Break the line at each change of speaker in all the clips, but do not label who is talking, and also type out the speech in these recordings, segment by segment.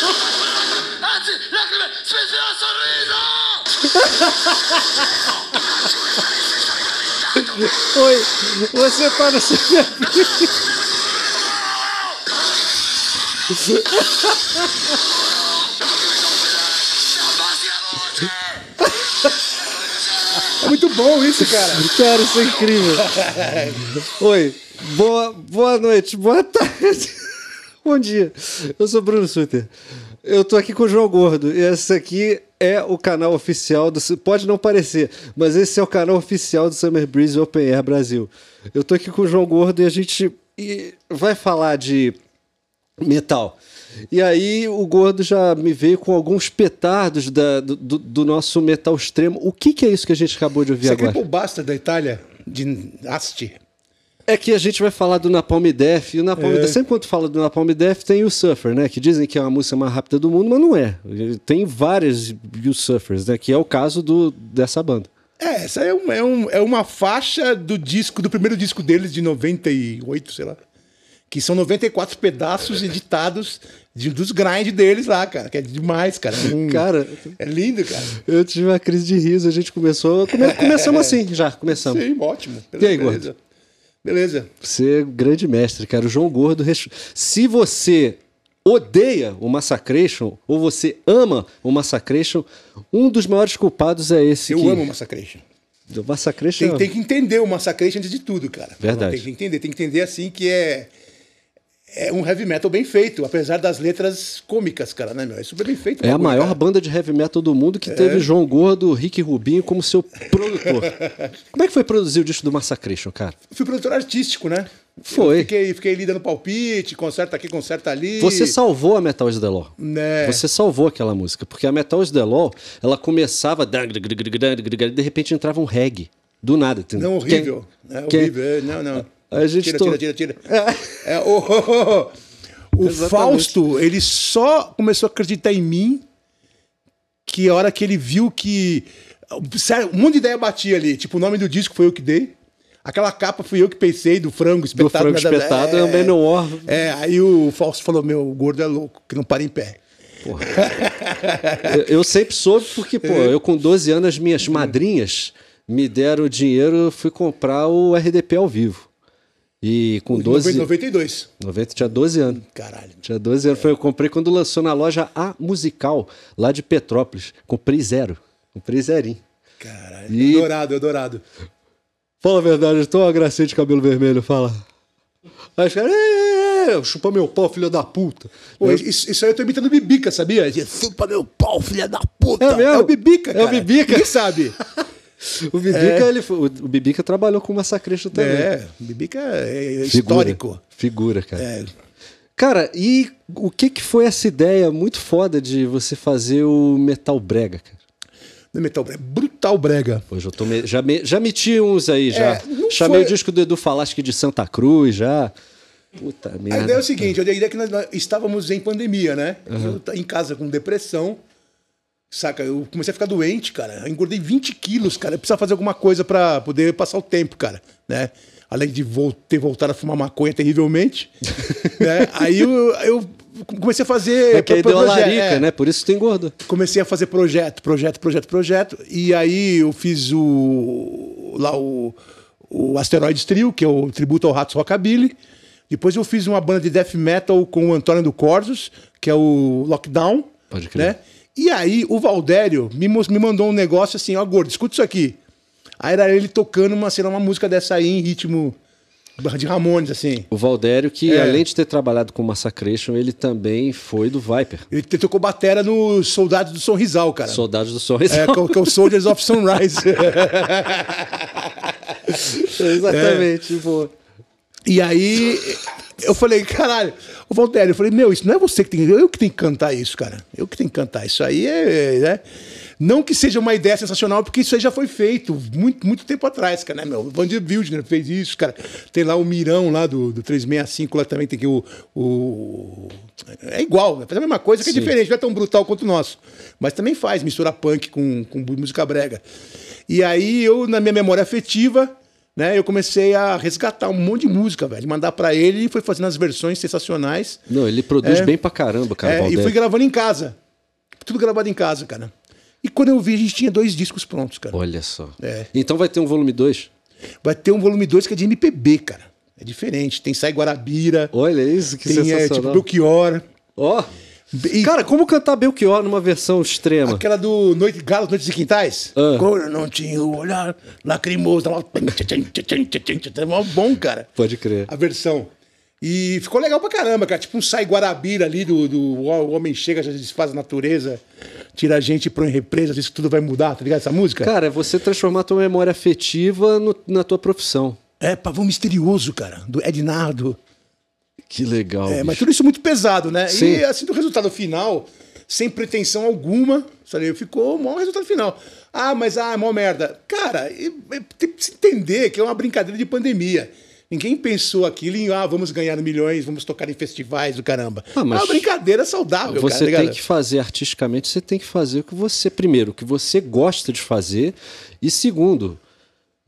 Anzi, lacrime, spezzi la sorriso!
Oi, você
tá
parece minha
Abbassi la voce!
É muito bom isso, cara.
cara, isso é incrível. Oi, boa, boa noite, boa tarde, bom dia. Eu sou Bruno Suter. Eu tô aqui com o João Gordo e esse aqui é o canal oficial do. Pode não parecer, mas esse é o canal oficial do Summer Breeze Open Air Brasil. Eu tô aqui com o João Gordo e a gente e vai falar de metal. E aí o gordo já me veio com alguns petardos da- do, do- do nosso metal extremo. O que, que é isso que a gente acabou de ouvir
Você
agora?
clipa o Basta da Itália, de Asti.
É que a gente vai falar do Napalm Death, e o Napalm Death, sempre quando fala do Napalm Death tem o Suffer, né? Que dizem que é a música mais rápida do mundo, mas não é. Tem várias You Suffers, né? Que é o caso do, dessa banda.
É, essa é, um- é um- é uma faixa do disco, do primeiro disco deles, de 98, sei lá. Que são 94
É.
pedaços editados de- dos grind deles lá, cara. Que é demais, cara. Hum,
Cara,
É lindo, cara.
eu tive uma crise de riso, a gente começou. come- começamos assim, já, começamos.
Sim, ótimo.
E aí,
Beleza. Beleza.
Você é um grande mestre, cara. O João Gordo. res- Se você odeia o Massacration, ou você ama o Massacration, um dos maiores culpados é esse.
Eu
que...
amo o Massacration.
O Massacration.
Tem, tem que entender o Massacration antes de tudo, cara.
Verdade.
Tem que entender, tem que entender assim que é é um heavy metal bem feito, apesar das letras cômicas, cara, né, meu? É super bem feito.
É a
bagulho,
maior
cara.
banda de heavy metal do mundo que
É.
teve João Gordo, Rick Rubinho como seu produtor. como é que foi produzir o disco do Massacration, cara?
Fui produtor artístico, né?
Foi.
Eu fiquei, fiquei ali dando palpite, conserta aqui, conserta ali.
Você salvou a Metal is the Law.
Né.
Você salvou aquela música, porque a Metal is the Law, ela começava e de repente entrava um reggae. Do nada, entendeu?
Não, horrível.
Quem-
É
quem-
horrível. é, Não, não.
A gente
tira,
to-
tira, tira, tira, É, o o
Exatamente.
Fausto, ele só começou a acreditar em mim que a hora que ele viu que. Sério, um monte de ideia batia ali. Tipo, o nome do disco foi eu que dei. Aquela capa fui eu que pensei, do frango
Do
espetado.
frango
nada-
espetado é o Menor.
É, aí o Fausto falou: meu, o gordo é louco, que não para em pé.
Eu- Eu sempre soube porque, pô,
É.
eu com 12 anos, as minhas madrinhas me deram o dinheiro, eu fui comprar o RDP ao vivo. E com 12...
92.
90 tinha 12 anos.
Caralho.
Tinha 12 anos. Foi, eu comprei quando lançou na loja A Musical, lá de Petrópolis. Comprei zero. Comprei zerinho.
Caralho.
E-
Dourado, dourado.
Fala a verdade, eu tô uma gracinha de cabelo vermelho, fala. Aí os caras, "Ê, ê, ê, chupa meu pau, filho da puta.
Pô, isso, isso aí eu tô imitando o Bibica, sabia? Ele dizia, Chupa meu pau, filha da puta.
É mesmo?
o Bibica,
É
cara.
o Bibica.
Quem sabe?
O Bibica, ele foi- o o Bibica trabalhou com o Massacrecho também.
é, o Bibica é
Figura.
histórico.
Figura, cara.
É,
Cara, e o que que foi essa ideia muito foda de você fazer o Metal Brega, cara?
no metal brega. Brutal brega.
Hoje eu tô me- já, me... já meti uns aí, já.
não
Chamei
foi-
o disco do Edu Falaschi de Santa Cruz, já. Puta
A
merda.
ideia é o seguinte, a ideia é que nós, nós estávamos em pandemia, né? Eu tá em casa com depressão, saca? Eu comecei a ficar doente, cara. Eu engordei 20 quilos, cara. Eu precisava fazer alguma coisa pra poder passar o tempo, cara, né? Além de vol- ter voltado a fumar maconha terrivelmente, né? Aí eu, eu comecei a fazer...
É que aí
pro-
deu a
pro- projeto,
larica,
é.
né? Por isso que tu engordou.
comecei a fazer projeto, projeto, projeto, projeto. E aí eu fiz o. lá o. O Asteroides Trio, que é o tributo ao Ratos Rockabilly. Depois eu fiz uma banda de death metal com o Antônio do Corsos, que é o Lockdown.
Pode crer.
Né? E aí o Valdério me, mos- me mandou um negócio assim: ó, gordo, escuta isso aqui. Aí era ele tocando uma, sei lá, uma música dessa aí em ritmo de Ramones, assim.
O Valdério, que
É.
além de ter trabalhado com o Massacration, ele também foi do Viper.
Ele te- tocou batera no Soldados do Sorrisal, cara.
Soldados do Sorriso.
É, que é o- que é o Soldiers of Sunrise. é,
Exatamente, boa.
E aí eu falei, caralho, o Valtério, eu falei, meu, isso não é você que tem que. Eu que tenho que cantar isso, cara. Eu que tenho que cantar. Isso aí é. é, né? Não que seja uma ideia sensacional, porque isso aí já foi feito muito, muito tempo atrás, cara, né, meu? O Vandir Wildner fez isso, cara. Tem lá o Mirão lá do, do 365, lá também tem que o. o- É igual, né? Faz a mesma coisa que é
Sim.
diferente, não é tão brutal quanto o nosso. Mas também faz, mistura punk com, com música brega. E aí eu, na minha memória afetiva, né, né? Eu comecei a resgatar um monte de música, velho. Mandar pra ele e foi fazendo as versões sensacionais.
Não, ele produz
É.
bem pra caramba, cara.
É, e
Valdez.
fui gravando em casa. Tudo gravado em casa, cara. E quando eu vi, a gente tinha dois discos prontos, cara.
Olha só.
É.
Então vai ter um volume 2?
Vai ter um volume 2 que é de MPB, cara. É diferente. Tem Sai Guarabira,
Olha isso, que
tem é, tipo
sensacional.
Belchior.
Ó.
E
Cara, como cantar Belchior numa versão extrema?
aquela do Noite Galos, Noites e Quintais.
Ah.
Quando eu não tinha o olhar lacrimoso. tava- É mó bom, cara.
Pode crer.
a versão. E ficou legal pra caramba, cara. Tipo um sai Guarabira ali do, do O Homem Chega, já desfaz a natureza, tira a gente pro em represa, diz que tudo vai mudar, tá ligado? Essa música?
Cara, é você transformar tua memória afetiva no- na tua profissão.
É Pavão Misterioso, cara, do Ednardo.
Que legal.
É, mas
bicho.
tudo isso muito pesado, né?
Sim.
E assim, do resultado final, sem pretensão alguma, sabe? ficou um mau resultado final. Ah, mas ah, é mó merda. Cara, e- e tem que se entender que é uma brincadeira de pandemia. Ninguém pensou aquilo em, ah, vamos ganhar milhões, vamos tocar em festivais do caramba.
Ah, mas
é uma brincadeira saudável,
Você
cara, tá
tem
ligado?
que fazer artisticamente, você tem que fazer o que você, primeiro, o que você gosta de fazer, e segundo,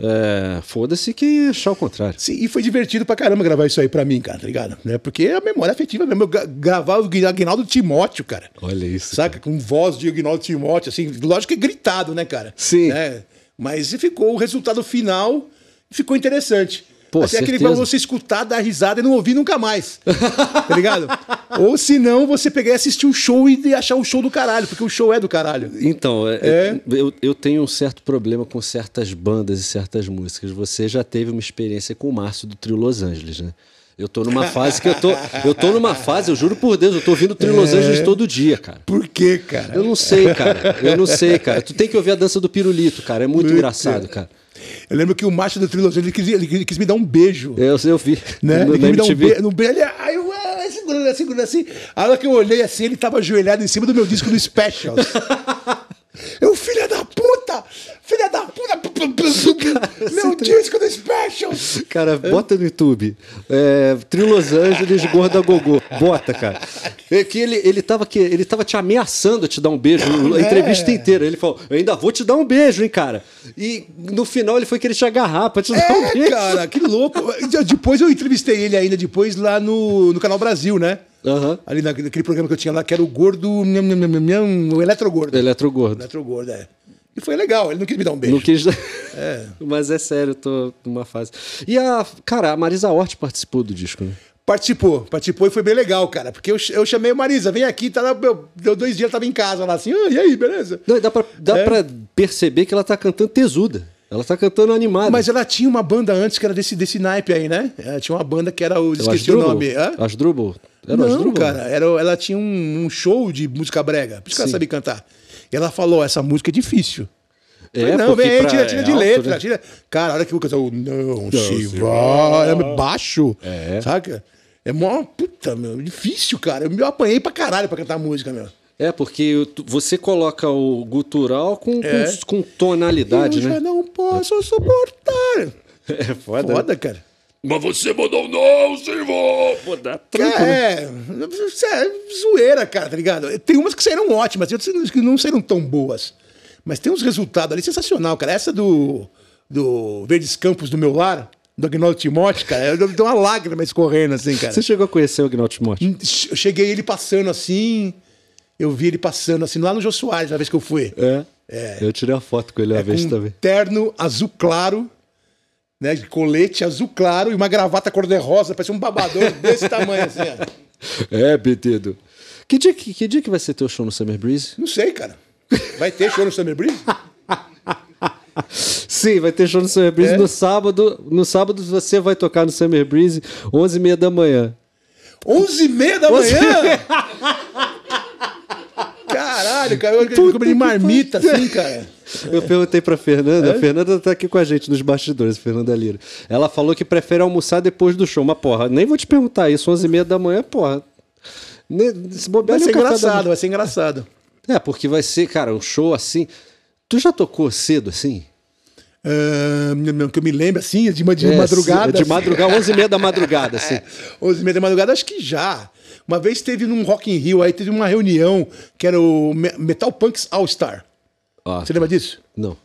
é, foda-se que achar o contrário.
Sim, e foi divertido pra caramba gravar isso aí pra mim, cara, tá ligado? Né? Porque é a memória afetiva mesmo. Eu gra- gravava o Gui- Aguinaldo Timóteo, cara.
Olha isso.
Saca? Com voz de Agnaldo Timóteo, assim, lógico que gritado, né, cara?
Sim.
Né? Mas ficou o resultado final, ficou interessante.
Pô,
assim, é aquele pra
certeza.
você escutar, dar risada e não ouvir nunca mais. tá ligado? Ou se não, você pegar e assistir um show e achar o show do caralho, porque o show é do caralho.
Então, é-
É.
Eu, eu tenho um certo problema com certas bandas e certas músicas. Você já teve uma experiência com o Márcio do Trio Los Angeles, né? Eu tô numa fase que eu tô. Eu tô numa fase, eu juro por Deus, eu tô ouvindo o Trio Los Angeles todo dia, cara.
Por quê, cara?
Eu não sei, cara. Eu não sei, cara. Tu tem que ouvir a dança do pirulito, cara. É muito
Muito.
engraçado, cara.
Eu lembro que o macho do Trilogia, ele quis, ele quis- ele quis me dar um beijo.
Eu, eu vi.
Né?
No-
Ele
na
quis me dar um
MTV.
beijo, um beijo, ele- aí eu ah, segurando, assim, segurando assim. A hora que eu olhei assim, ele tava ajoelhado em cima do meu disco do Specials. Eu, filha da puta! Filha da puta! Meu disco do Specials!
Cara, bota no YouTube. É, Trio Los Angeles, Gorda Gogô. Bota, cara. É que ele, ele, tava que, ele tava te ameaçando a te dar um beijo a
É.
entrevista inteira. Ele falou, eu ainda vou te dar um beijo, hein, cara. E no final ele foi querer te agarrar pra te dar um
É,
beijo.
cara, que louco! De- Depois eu entrevistei ele ainda, depois lá no, no Canal Brasil, né?
Aham.
Ali na- naquele programa que eu tinha lá, que era o gordo. nham, nham, nham, nham, nham, O Eletrogordo.
Eletrogordo.
Eletrogordo, é. E foi legal, ele não quis me dar um beijo.
Não quis... Mas é sério, eu tô numa fase. E a... Cara, a Marisa Hort participou do disco, né?
Participou, participou e foi bem legal, cara. Porque eu, eu chamei a Marisa, vem aqui, tá lá, meu, deu dois dias, ela tava em casa lá assim, "Ah, e aí, beleza?
Não, e dá pra, dá
É.
pra perceber que ela tá cantando tesuda. Ela tá cantando animada.
Mas ela tinha uma banda antes que era desse, desse naipe aí, né? Ela tinha uma banda que era o.
É
Esqueci o
Asdrubal?
nome. Hã?
Asdrubal? Era o
não,
Asdrubal?
cara, era, ela tinha um, um show de música brega, por isso que ela
Sim.
sabia cantar. E ela falou: essa música é difícil.
É,
Falei, não,
porque
vem aí,
pra-
tira, tira
é
de
alto,
letra,
né?
tira. Cara, a hora que o cara não, não se vai, é baixo,
É.
saca? É mó, puta, meu, difícil, cara. Eu me apanhei pra caralho pra cantar música, meu.
É, porque tu- você coloca o gutural com, com-
É.
com, tonalidade,
eu já
né?
não posso suportar.
É foda.
Foda, cara.
Mas você mandou não, Silvão!
Cara, é, isso é zoeira, cara, tá ligado? Tem umas que saíram ótimas, tem outras que não saíram tão boas. Mas tem uns resultados ali sensacional, cara. Essa do, do Verdes Campos do meu lar, do Agnaldo Timóteo, cara, eu dou uma lágrima escorrendo assim, cara.
Você chegou a conhecer o Gnaldo Timóteo?
Eu cheguei ele passando assim, eu vi ele passando assim, lá no Jô Soares, na vez que eu fui.
É. Eu tirei uma foto com ele uma vez
com
também.
terno azul claro, né? De colete azul claro e uma gravata cor-de-rosa, parece um babador desse tamanho, assim, ó.
É, pedido. Que dia que, que dia que vai ser teu show no Summer Breeze?
Não sei, cara. Vai ter show no Summer Breeze?
Sim, vai ter show no Summer Breeze
É.
no sábado. No sábado você vai tocar no Summer Breeze, 11h30 da manhã.
11 e meia da
Onze e
manhã? Caralho, cara. Eu eu comi de marmita, assim, cara.
Eu perguntei pra Fernanda,
É?
a Fernanda tá aqui com a gente nos bastidores, Fernanda Lira. Ela falou que prefere almoçar depois do show, mas porra, nem vou te perguntar isso, 11h30 da manhã, porra. Ne- Se bobear,
Vai ser
nem o café da
engraçado, né? vai ser engraçado.
manhã. É, porque vai ser, cara, um show assim. Tu já tocou cedo assim?
Ah, meu- meu, que eu me lembro, assim, de, ma- de
É,
madrugada.
De
assim.
madrugada, 11h30 da madrugada, assim.
É, 11 e meia da madrugada, acho que já. Uma vez teve num Rock in Rio, aí teve uma reunião que era o Me- Metal Punks All Star.
Ó,
Você lembra disso?
Não.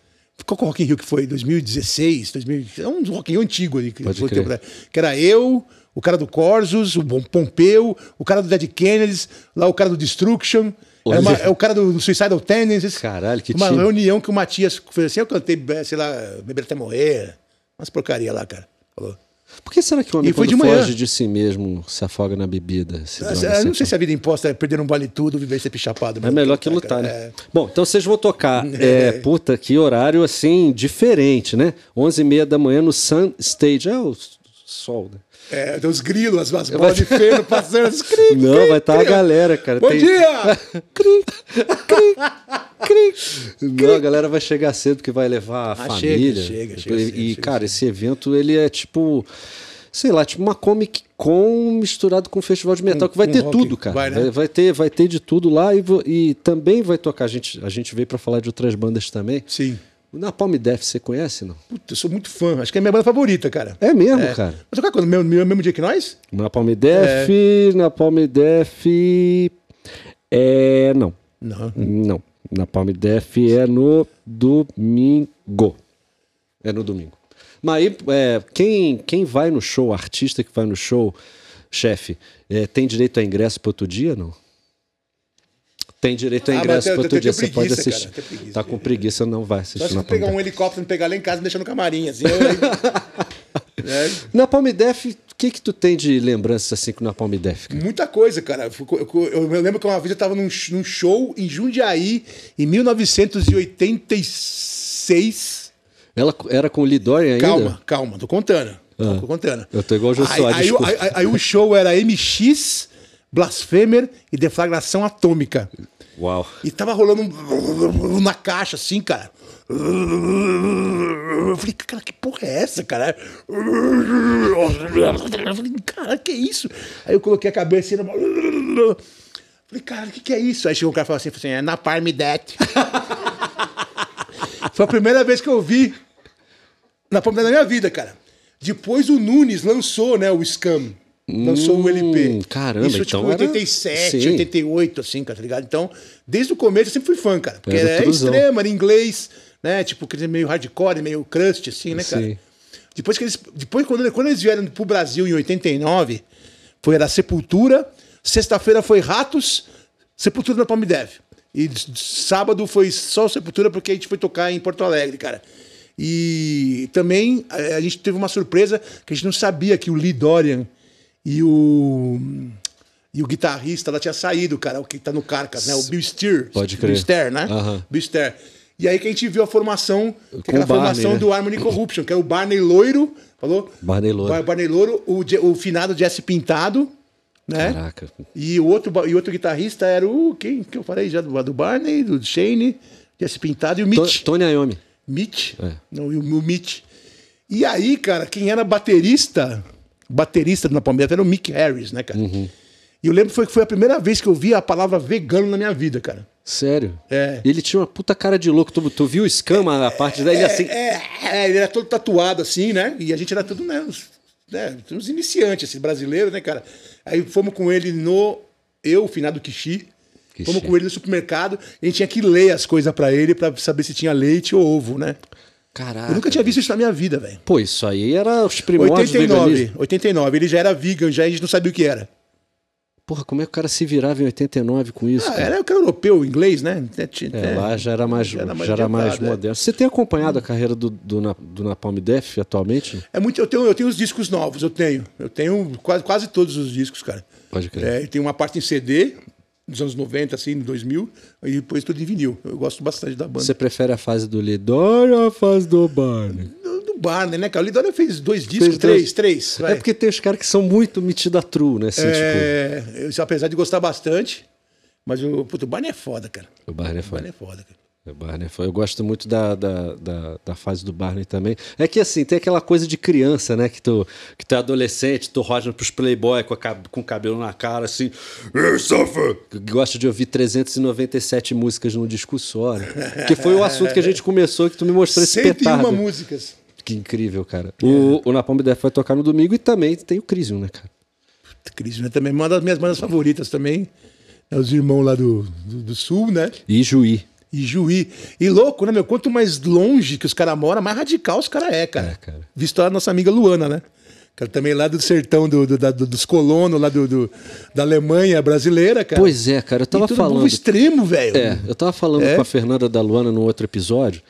Qual que é o Rock in Rio que foi? 2016, 2000, é um Rock in Rio antigo ali. Que,
Pode
foi
crer.
tempo da- que era eu, o cara do Corsos, o Bom- Pompeu, o cara do Dead Kennedys, lá o cara do Destruction.
Olha.
era uma- é o cara do Suicidal Tendencies.
Caralho, que
Uma
time.
reunião que o Matias fez assim, eu cantei, sei lá, Beber Até Morrer, umas porcaria lá, cara. Falou.
Por que será que o homem
E foi
quando
de manhã. é,
foge de si mesmo se afoga na bebida? se
Eu
droga,
não sei
afoga?
se a vida imposta é perder um vale tudo, viver sempre chapado.
É
mas
melhor
não
que
quero,
lutar,
cara.
né?
É.
Bom, então vocês vão tocar. É, puta, que horário assim, diferente, né? 11h30 da manhã no Sun Stage. É o s- sol, né?
É, tem os grilos, as, as bolas de feno passando. os cri,
Não,
cri,
vai estar a
cri.
galera, cara.
Bom
Tem-
dia!
Não, a galera vai chegar cedo porque vai levar a
Ah, chega,
família.
chega,
e,
chega cedo,
e,
chega
cara, esse evento, ele é tipo. Sei lá, tipo uma Comic Con misturado com um festival de metal, que vai
com
ter
rock,
tudo, cara.
vai,
Vai,
né?
vai ter, vai ter de tudo lá e, vo- e também vai tocar. A gente, a gente veio pra falar de outras bandas também.
Sim.
O Napalm Death, você conhece, não?
Puta, eu sou muito fã. Acho que é a minha banda favorita, cara.
É mesmo,
É.
cara.
Mas tocar quando? Meu, meu, mesmo dia que nós?
Napalm Death, Napalm Death. É. Não.
Não.
Não. Napalm Death é no domingo. É no domingo. Mas aí, é, quem, quem vai no show, artista que vai no show, chefe, é, tem direito a ingresso para outro dia, não? Tem direito a
Ah, mas
ingresso
eu-
para
eu
outro dia,
tenho
você pode
preguiça,
assistir.
cara, eu tenho preguiça.
tá com preguiça, não vai
Só
assistir
se
na
tu pegar um helicóptero, me pegar lá em casa e me deixar no camarim, assim. eu- É,
Na Palme Def, o que que tu tem de lembranças assim com na Palme Def? cara?
Muita coisa, cara. Eu, fico- eu- eu- eu lembro que uma vez eu tava num, sh- num show em Jundiaí, em 1986.
Ela era com o Lidória ainda?
Calma, calma, tô contando. Tô contando.
Ah. Eu tô igual o Jô
aí,
Soares,
aí, o-
desculpa.
aí- aí o show era MX, Blasphemer e Deflagração Atômica.
Uau.
E tava rolando um na caixa, assim, cara. Eu falei, cara, que porra é essa, cara? Eu falei, cara, que isso? Aí eu coloquei a cabeça assim. no- Falei, cara, o que, que é isso? Aí chegou um cara e falou assim, falou assim é na Parme Death. Foi a primeira vez que eu vi na primeira da minha vida, cara. Depois o Nunes lançou, né, o Scam. Lançou o LP.
caramba,
Isso,
então
tipo,
era-
87,
Sim.
88, assim, cara, tá ligado? Então, desde o começo eu sempre fui fã, cara. Porque
Era
era,
truzão.
extremo, era inglês, né? Tipo, quer dizer, meio hardcore, meio crust, assim, né, cara?
Sim.
Depois que eles. Depois, quando, quando eles vieram pro Brasil em 89, foi era Sepultura, sexta-feira foi Ratos, Sepultura na Palme Dev. E s- sábado foi só Sepultura, porque a gente foi tocar em Porto Alegre, cara. E também eh, a, a gente teve uma surpresa que a gente não sabia que o Lee Dorian e o. E o guitarrista lá tinha saído, cara, o que tá no Carcas, né? O Bill Steer.
Pode
Bill
crer.
Steer, né?
Aham.
Bill Steer. E aí que a gente viu a formação, que é
Com
aquela
o Barney,
formação
né?
do Harmony Corruption, que era o Barney Loiro, falou?
Barney Loiro.
Bar- Barney Loiro, o, Je- o finado Jesse Pintado, né?
Caraca.
E o outro, ba- e outro guitarrista era o. Quem que eu falei já? Do, do Barney, do Shane, Jesse Pintado e o Mitch.
To- Tony Iommi.
Mitch?
É.
Não, e o, o Mitch. E aí, cara, quem era baterista, baterista na Palmeiras era o Mick Harris, né, cara?
Uhum.
E eu lembro que foi, foi a primeira vez que eu vi a palavra vegano na minha vida, cara.
Sério?
É.
Ele tinha uma puta cara de louco. Tu, tu viu o escama, a parte dele assim.
É, é, ele era todo tatuado assim, né? E a gente era todo, né? Uns, né, uns iniciantes, assim, brasileiros, né, cara? Aí fomos com ele no. Eu, o finado Kishi.
Kishi.
Fomos com ele no supermercado. E a gente tinha que ler as coisas pra ele pra saber se tinha leite ou ovo, né?
Caraca.
Eu nunca tinha visto isso na minha vida, velho.
Pô, isso aí era os primórdios do veganismo.
89, 89. Ele já era vegan, já a gente não sabia o que era.
Porra, como é que o cara se virava em 89 com isso?
Ah,
cara?
era o cara europeu, inglês, né?
É, lá já era mais, já
Já
era
era
mais,
mais adiantado, é.
moderno. Você tem acompanhado a carreira do, do, Na- do Napalm Def atualmente?
É muito, eu, tenho, eu tenho os discos novos, eu tenho. Eu tenho quase, quase todos os discos, cara.
Pode crer.
É, e tem uma parte em CD, dos anos 90, assim, 2000, e depois tudo em vinil. Eu gosto bastante da banda.
Você prefere a fase do Lidor ou a fase do Barney?
Do, do Barney, né, cara? O Lidório fez dois discos,
Fez
três,
dois.
três. vai.
É porque tem os caras que são muito metida true, né? Assim,
É, eu, apesar de gostar bastante, mas o, puto, o Barney é foda, cara.
tipo, o Barney é
O
foda.
Barney é foda, cara.
O Barney foi. Eu gosto muito da, da, da, da fase do Barney também. É que assim, tem aquela coisa de criança, né? Que tu, que tu é adolescente, tu roda pros playboy com, a, cab- com o cabelo na cara, assim. "Ei, safado!" Que Gosta de ouvir 397 músicas num disco só, né? Que foi o assunto que a gente começou, que tu me mostrou esse
101
petardo.
músicas.
Que incrível, cara. O, o Napalm Death vai tocar no domingo e também tem o Crisium, né, cara?
Cris, né? É Também uma das minhas bandas favoritas também. É os irmãos lá do, do, do Sul, né?
E Juí.
E Juí. E louco, né, meu? Quanto mais longe que os caras moram, mais radical os caras é, cara.
É, cara.
Visto a nossa amiga Luana, né? Cara, também lá do sertão do, do- da- do- dos colonos, lá do, do- da Alemanha brasileira, cara.
Pois é, cara, eu tava
e tudo
falando.
no extremo, velho.
É, eu tava falando
É?
com a Fernanda da Luana num outro episódio.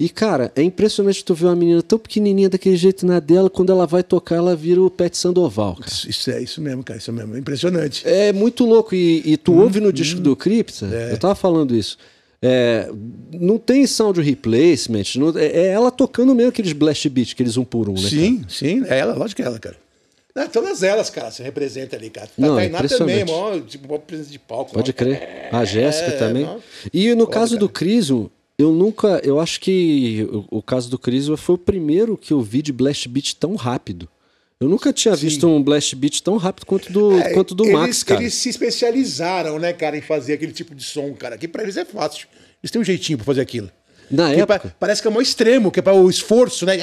E, cara, é impressionante tu ver uma menina tão pequenininha daquele jeito na dela, quando ela vai tocar, ela vira o Pet Sandoval, cara.
Isso, isso é isso mesmo, cara. Isso mesmo. É impressionante.
É muito louco. E, e tu ouve no disco do Crypta, eu tava falando isso. é, não tem sound replacement, não- é, é ela tocando mesmo aqueles blast beats, aqueles um por um, né?
sim, sim. É ela, lógico que é ela, cara. Ah, todas elas, cara, se representa ali, cara.
Não, é
Tainá também,
impressionante.
mó, tipo, mó presença de palco.
Pode
mó-
crer. A Jéssica
É,
também.
não.
E no
Foda,
caso do Criso, eu nunca. Eu acho que o, o caso do Criso foi o primeiro que eu vi de Blast Beat tão rápido. Eu nunca tinha visto um Blast Beat tão rápido quanto do,
É,
quanto do
eles,
Max, cara.
Eles se especializaram, né, cara, em fazer aquele tipo de som, cara. Que pra eles é fácil. Eles têm um jeitinho pra fazer aquilo.
Na
Que
época.
pa- parece que é o maior extremo, que é para o esforço, né?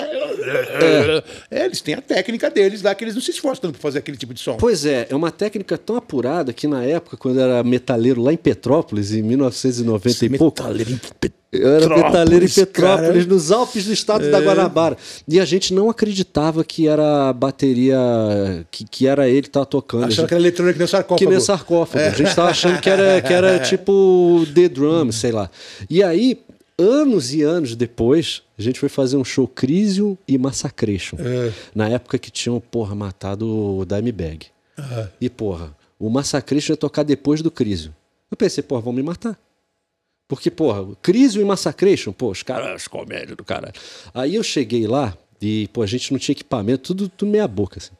É, eles têm a técnica deles lá, que eles não se esforçam tanto pra fazer aquele tipo de som.
Pois é, é uma técnica tão apurada que na época, quando eu era metaleiro lá em Petrópolis, em 1990 e pouco.
Metaleiro em
Eu era
Petrópolis,
metaleiro em Petrópolis,
cara. É.
nos Alpes do estado da Guanabara. E a gente não acreditava que era a bateria, que, que era ele que tava tocando. A
Achando
gente-
que era eletrônica que nem sarcófago.
que nem sarcófago. A gente tava achando que era, que era tipo The Drum, sei lá. E aí, anos e anos depois, a gente foi fazer um show Crisium e Massacration. Na época que tinham, porra, matado o Dimebag. E, porra, o Massacration ia tocar depois do Crisium. Eu pensei, porra, vão me matar. Porque, porra, Crisium e Massacration, pô, os caras, as comédias do caralho. Aí eu cheguei lá e, pô, a gente não tinha equipamento, tudo, tudo meia boca, assim.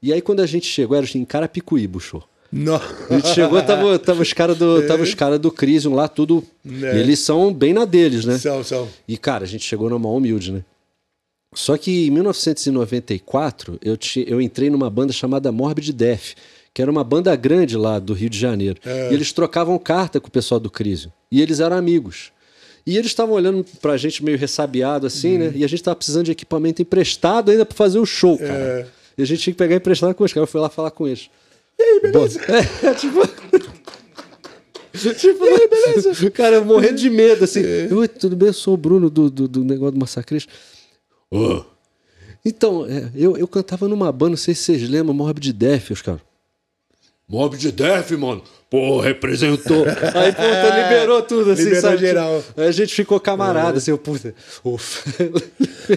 E aí quando a gente chegou, era assim, em Carapicuíba o show.
Não.
A gente chegou, tava, tava os caras do, tava os cara do Crisium lá, tudo.
Né.
E eles são bem na deles, né?
São, são.
E, cara, a gente chegou numa humilde, né? Só que em 1994, eu, ti- eu entrei numa banda chamada Morbid Death, que era uma banda grande lá do Rio de Janeiro. E eles trocavam carta com o pessoal do Crisium. E eles eram amigos. E eles estavam olhando pra gente meio ressabiado assim, né? E a gente tava precisando de equipamento emprestado ainda pra fazer o show, cara. E a gente tinha que pegar emprestado com os caras. Eu fui lá falar com eles. E aí, beleza? É, tipo... Tipo, beleza. Cara, morrendo de medo, assim.
É.
Oi, tudo bem? Eu sou o Bruno do, do, do negócio do Massacrista. Ô. Então, é, eu, eu cantava numa banda, não sei se vocês lembram, Morbid Death, os caras.
Mob de Def, mano. Pô, representou.
Aí, puta, liberou tudo, assim,
Liberou
sabe?
geral. É.
Aí a gente ficou camarada, assim, eu, puta. Ufa.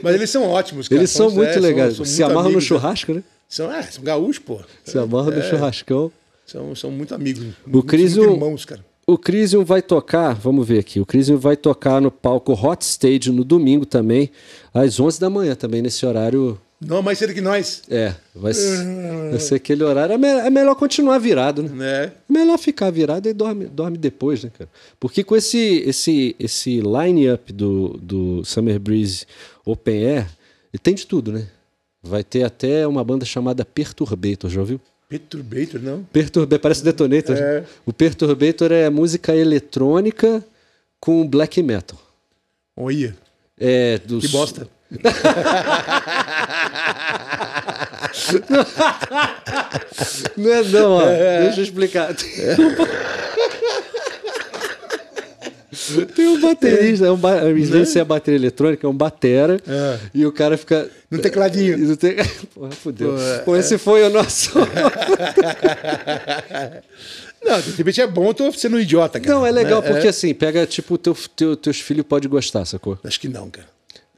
Mas eles são ótimos, cara.
Eles são
é,
muito legais.
são
Se
muito
amarram no
amigos, né? É.
churrasco, né?
São, é, são gaúchos, pô.
Se amarram no churrascão.
São, são muito amigos.
O
muito-
Crisium,
muito irmãos, cara.
O Crisium vai tocar, vamos ver aqui. O Crisium vai tocar no palco Hot Stage no domingo também, às 11 da manhã também, nesse horário.
Não, mais cedo que nós.
É, vai, s- vai ser aquele horário. É, me- é melhor continuar virado, né?
Né?
É melhor ficar virado e dorme, dorme depois, né, cara? Porque com esse esse esse line-up do, do Summer Breeze Open Air, ele tem de tudo, né? Vai ter até uma banda chamada Perturbator, já ouviu?
Perturbator, não?
Perturbe, parece Detonator. né?
É.
O Perturbator é música eletrônica com black metal.
Olha.
É do
Que bosta.
Não é não, ó. Deixa eu explicar. Tem um, Tem um baterista, é um ba... em vez de ser a bateria eletrônica, é um batera.
É.
E o cara fica...
No tecladinho.
E no te- Porra, fudeu. Bom, esse foi o nosso...
Não, de repente é bom, eu tô sendo um idiota, cara.
não, é legal porque assim, pega tipo, teu, teu, teus filhos podem gostar, sacou?
Acho que não, cara.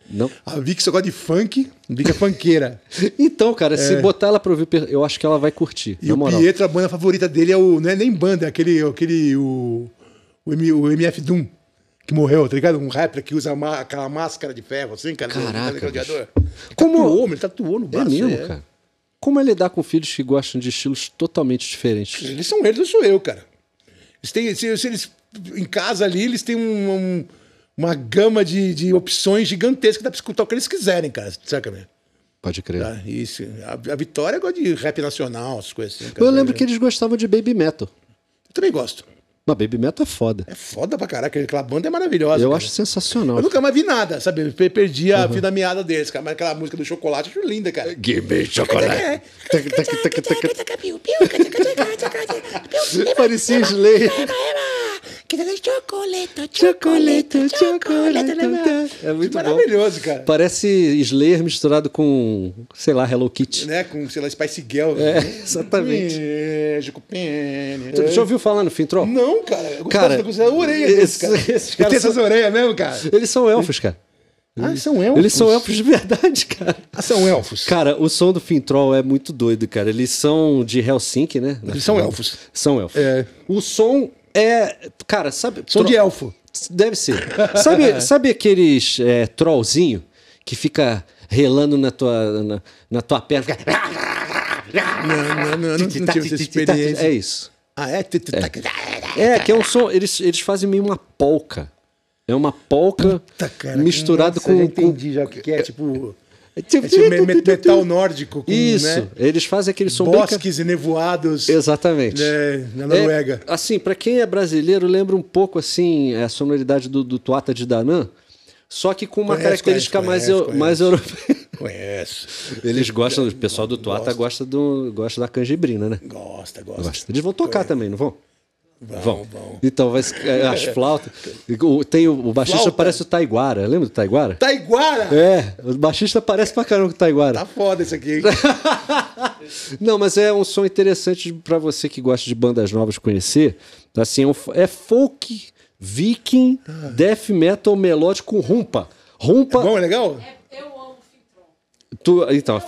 Não?
A Vic só gosta de funk, a Vic é funkeira.
Então, cara, se botar ela pra ouvir, eu acho que ela vai curtir.
E
na
o
moral.
Pietro, a banda favorita dele é o. Não é nem banda, é aquele. aquele o, o, M- o MF Doom, que morreu, tá ligado? Um rapper que usa ma- aquela máscara de ferro, assim, cara. do-
Caraca,
do gladiador.
Como-
Tatuou, ele tá tatuou no
É
braço.
mesmo, cara. Como é lidar com filhos que gostam de estilos totalmente diferentes?
Eles são eles, eu sou eu, cara. Eles têm, se, se eles, em casa ali, eles têm um- um- uma gama de, de opções gigantesca, dá pra escutar o que eles quiserem, cara. Saca mesmo?
Pode crer.
Tá, isso. A, a Vitória gosta de rap nacional, essas coisas assim. cara.
Eu lembro que eles gostavam de baby metal.
Eu também gosto.
Mas baby metal é foda.
É foda pra caraca, aquela banda é maravilhosa.
Eu
cara.
acho sensacional.
Eu nunca mais vi nada, sabe? Eu pe- perdi a vida meada deles, cara. Mas aquela música do chocolate eu acho linda, cara.
Give me chocolate.
Parecia Slayer.
Chocolate,
Chocolate, chocolate. É muito bom.
Maravilhoso, cara.
Parece Slayer misturado com, sei lá, Hello Kitty.
Né? Com, sei lá, Spice Girl.
É,
né?
exatamente.
Beijo com pene.
Tu já ouviu falar no Fintrol?
Não, cara. Eu gostava
Cara,
da coisa da orelha deles,
esses-
cara.
esses caras
Eu tenho
são-
essas orelhas mesmo, cara.
Eles são elfos, cara.
Ah, são elfos.
Eles são elfos de verdade, cara.
Ah, são elfos.
Cara, o som do Fintroll é muito doido, cara. Eles são de Helsinki, né?
Eles são elfos.
São elfos.
É.
O som é. Cara, sabe.
São
tro-
de elfo.
Deve ser. Sabe, sabe aqueles é, trollzinho que fica relando na tua, na, na tua perna? Fica...
Não, não, não, não tive essa experiência.
É isso.
Ah, é?
É, que é um som. Eles, eles fazem meio uma polca. É uma polca É. misturado
nossa,
com.
Já
com-
entendi já o que que é, tipo.
É
É tipo me- me- metal nórdico. Com,
Isso.
Né,
Eles fazem aquele som bem ca-
bosques e nevoados.
Exatamente.
né, na Noruega.
É, assim, pra quem é brasileiro, lembra um pouco assim a sonoridade do, do Tuata de Danã, só que com uma
Conheço,
característica
conheço,
mais,
conheço,
eu-
conheço.
mais europeia.
É. Conheço.
Eles gostam, o pessoal do Tuata gosta, do, gosta da canjibrina, né?
Gosta,
Gosta.
gosta.
Eles vão tocar também, não vão?
Vão, vão.
Então, vai, se- é, as flautas. O- Tem o, o baixista
Flauta.
parece o Taiguara. Lembra do Taiguara?
Taiguara!
É, o baixista parece pra caramba com o Taiguara.
Tá foda isso aqui. hein?
Não, mas é um som interessante pra você que gosta de bandas novas conhecer. Assim, é, um f- é folk, viking, death metal melódico com rumpa. Rumpa.
Bom, é legal?
Eu amo Fintron.
tu- então,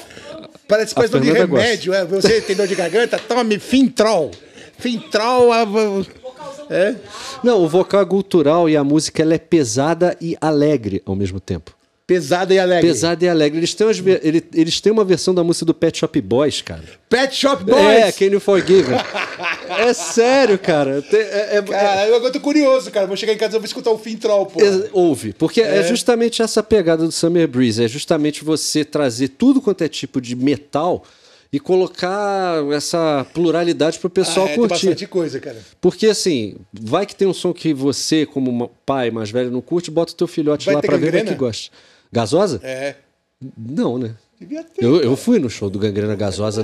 Parece
A
coisa de
Fernanda
remédio. é, você tem dor de garganta? Tome Fintrol. Fintrol. ah, v- É?
não, o vocal é cultural e a música ela é pesada e alegre ao mesmo tempo.
Pesada e alegre.
Pesada e alegre. Eles têm, umas ve- ele- eles têm uma versão da música do Pet Shop Boys, cara.
Pet Shop Boys.
É, Can You Forgive? Me? é sério, cara. Tem- é- é-
Cara, eu agora tô curioso, cara. Vou chegar em casa e vou escutar o Fintrol, pô.
Ex- Houve, porque é. justamente essa pegada do Summer Breeze, é justamente você trazer tudo quanto é tipo de metal e colocar essa pluralidade pro pessoal
ah, é, tem
curtir.
bastante coisa, cara.
Porque assim, vai que tem um som que você, como ma- pai mais velho, não curte, bota o teu filhote
Vai
lá
ter
pra ver ver o que
gangrena?
gosta. Gasosa?
É.
Não, né?
Devia ter.
Eu, eu fui no show do Gangrena Gasosa,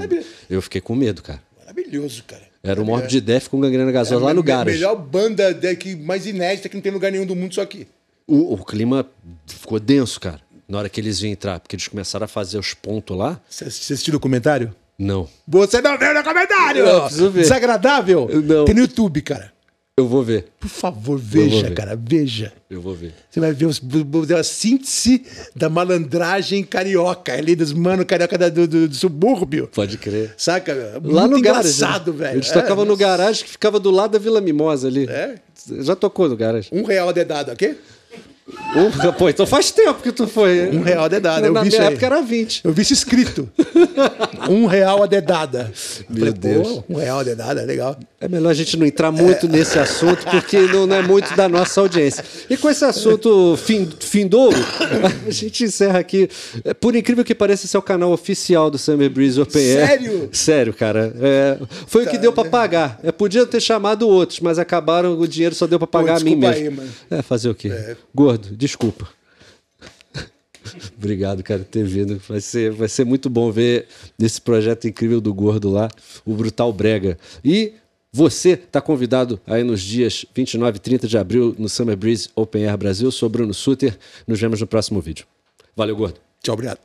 eu fiquei com medo, cara.
Maravilhoso, cara.
Era o Morbid Death com Gangrena Gasosa lá no
é. Me-
Garage.
Melhor banda de- que mais inédita que não tem lugar nenhum do mundo, só aqui.
O, o clima ficou denso, cara. Na hora que eles iam entrar, porque eles começaram a fazer os pontos lá.
Você você assistiu o comentário?
Não.
Você não viu no comentário!
Eu preciso ver.
Desagradável?
Eu não.
é Tem no YouTube, cara.
Eu vou ver.
Por favor, veja,
ver.
cara, veja.
Eu vou ver.
Você vai ver os, a síntese da malandragem carioca, ali dos mano carioca da- do, do- do subúrbio.
Pode crer.
Saca, meu? É
Lá
muito
no
engraçado,
garage. né?
velho.
Eles tocavam no garagem que ficava do lado da Vila Mimosa ali.
É?
Já tocou no garagem.
Um real dedado, ok?
Um- Pô, então faz tempo que tu foi.
Um real dedado, eu
Na
vi isso
minha
aí.
época era 20.
Eu vi isso escrito. um real a dedada.
Meu
Falei, pô,
Deus.
Um real a dedada, legal.
É melhor a gente não entrar muito nesse assunto, porque não, não é muito da nossa audiência. E com esse assunto fin, findouro, a gente encerra aqui. É, Por incrível que pareça, esse é o canal oficial do Summer Breeze Open Air.
Sério?
Sério, cara. É, foi o que deu pra pagar. É, podia ter chamado outros, mas acabaram, o dinheiro só deu pra pagar a mim
desculpa
mesmo.
aí, mano.
É, fazer o quê? Gordo, desculpa. Obrigado, cara, por ter vindo. Vai ser, vai ser muito bom ver esse projeto incrível do Gordo lá, o Brutal Brega. E você está convidado aí nos dias 29 e 30 de abril no Summer Breeze Open Air Brasil. Eu sou Bruno Suter. Nos vemos no próximo vídeo. Valeu, Gordo.
Tchau, obrigado.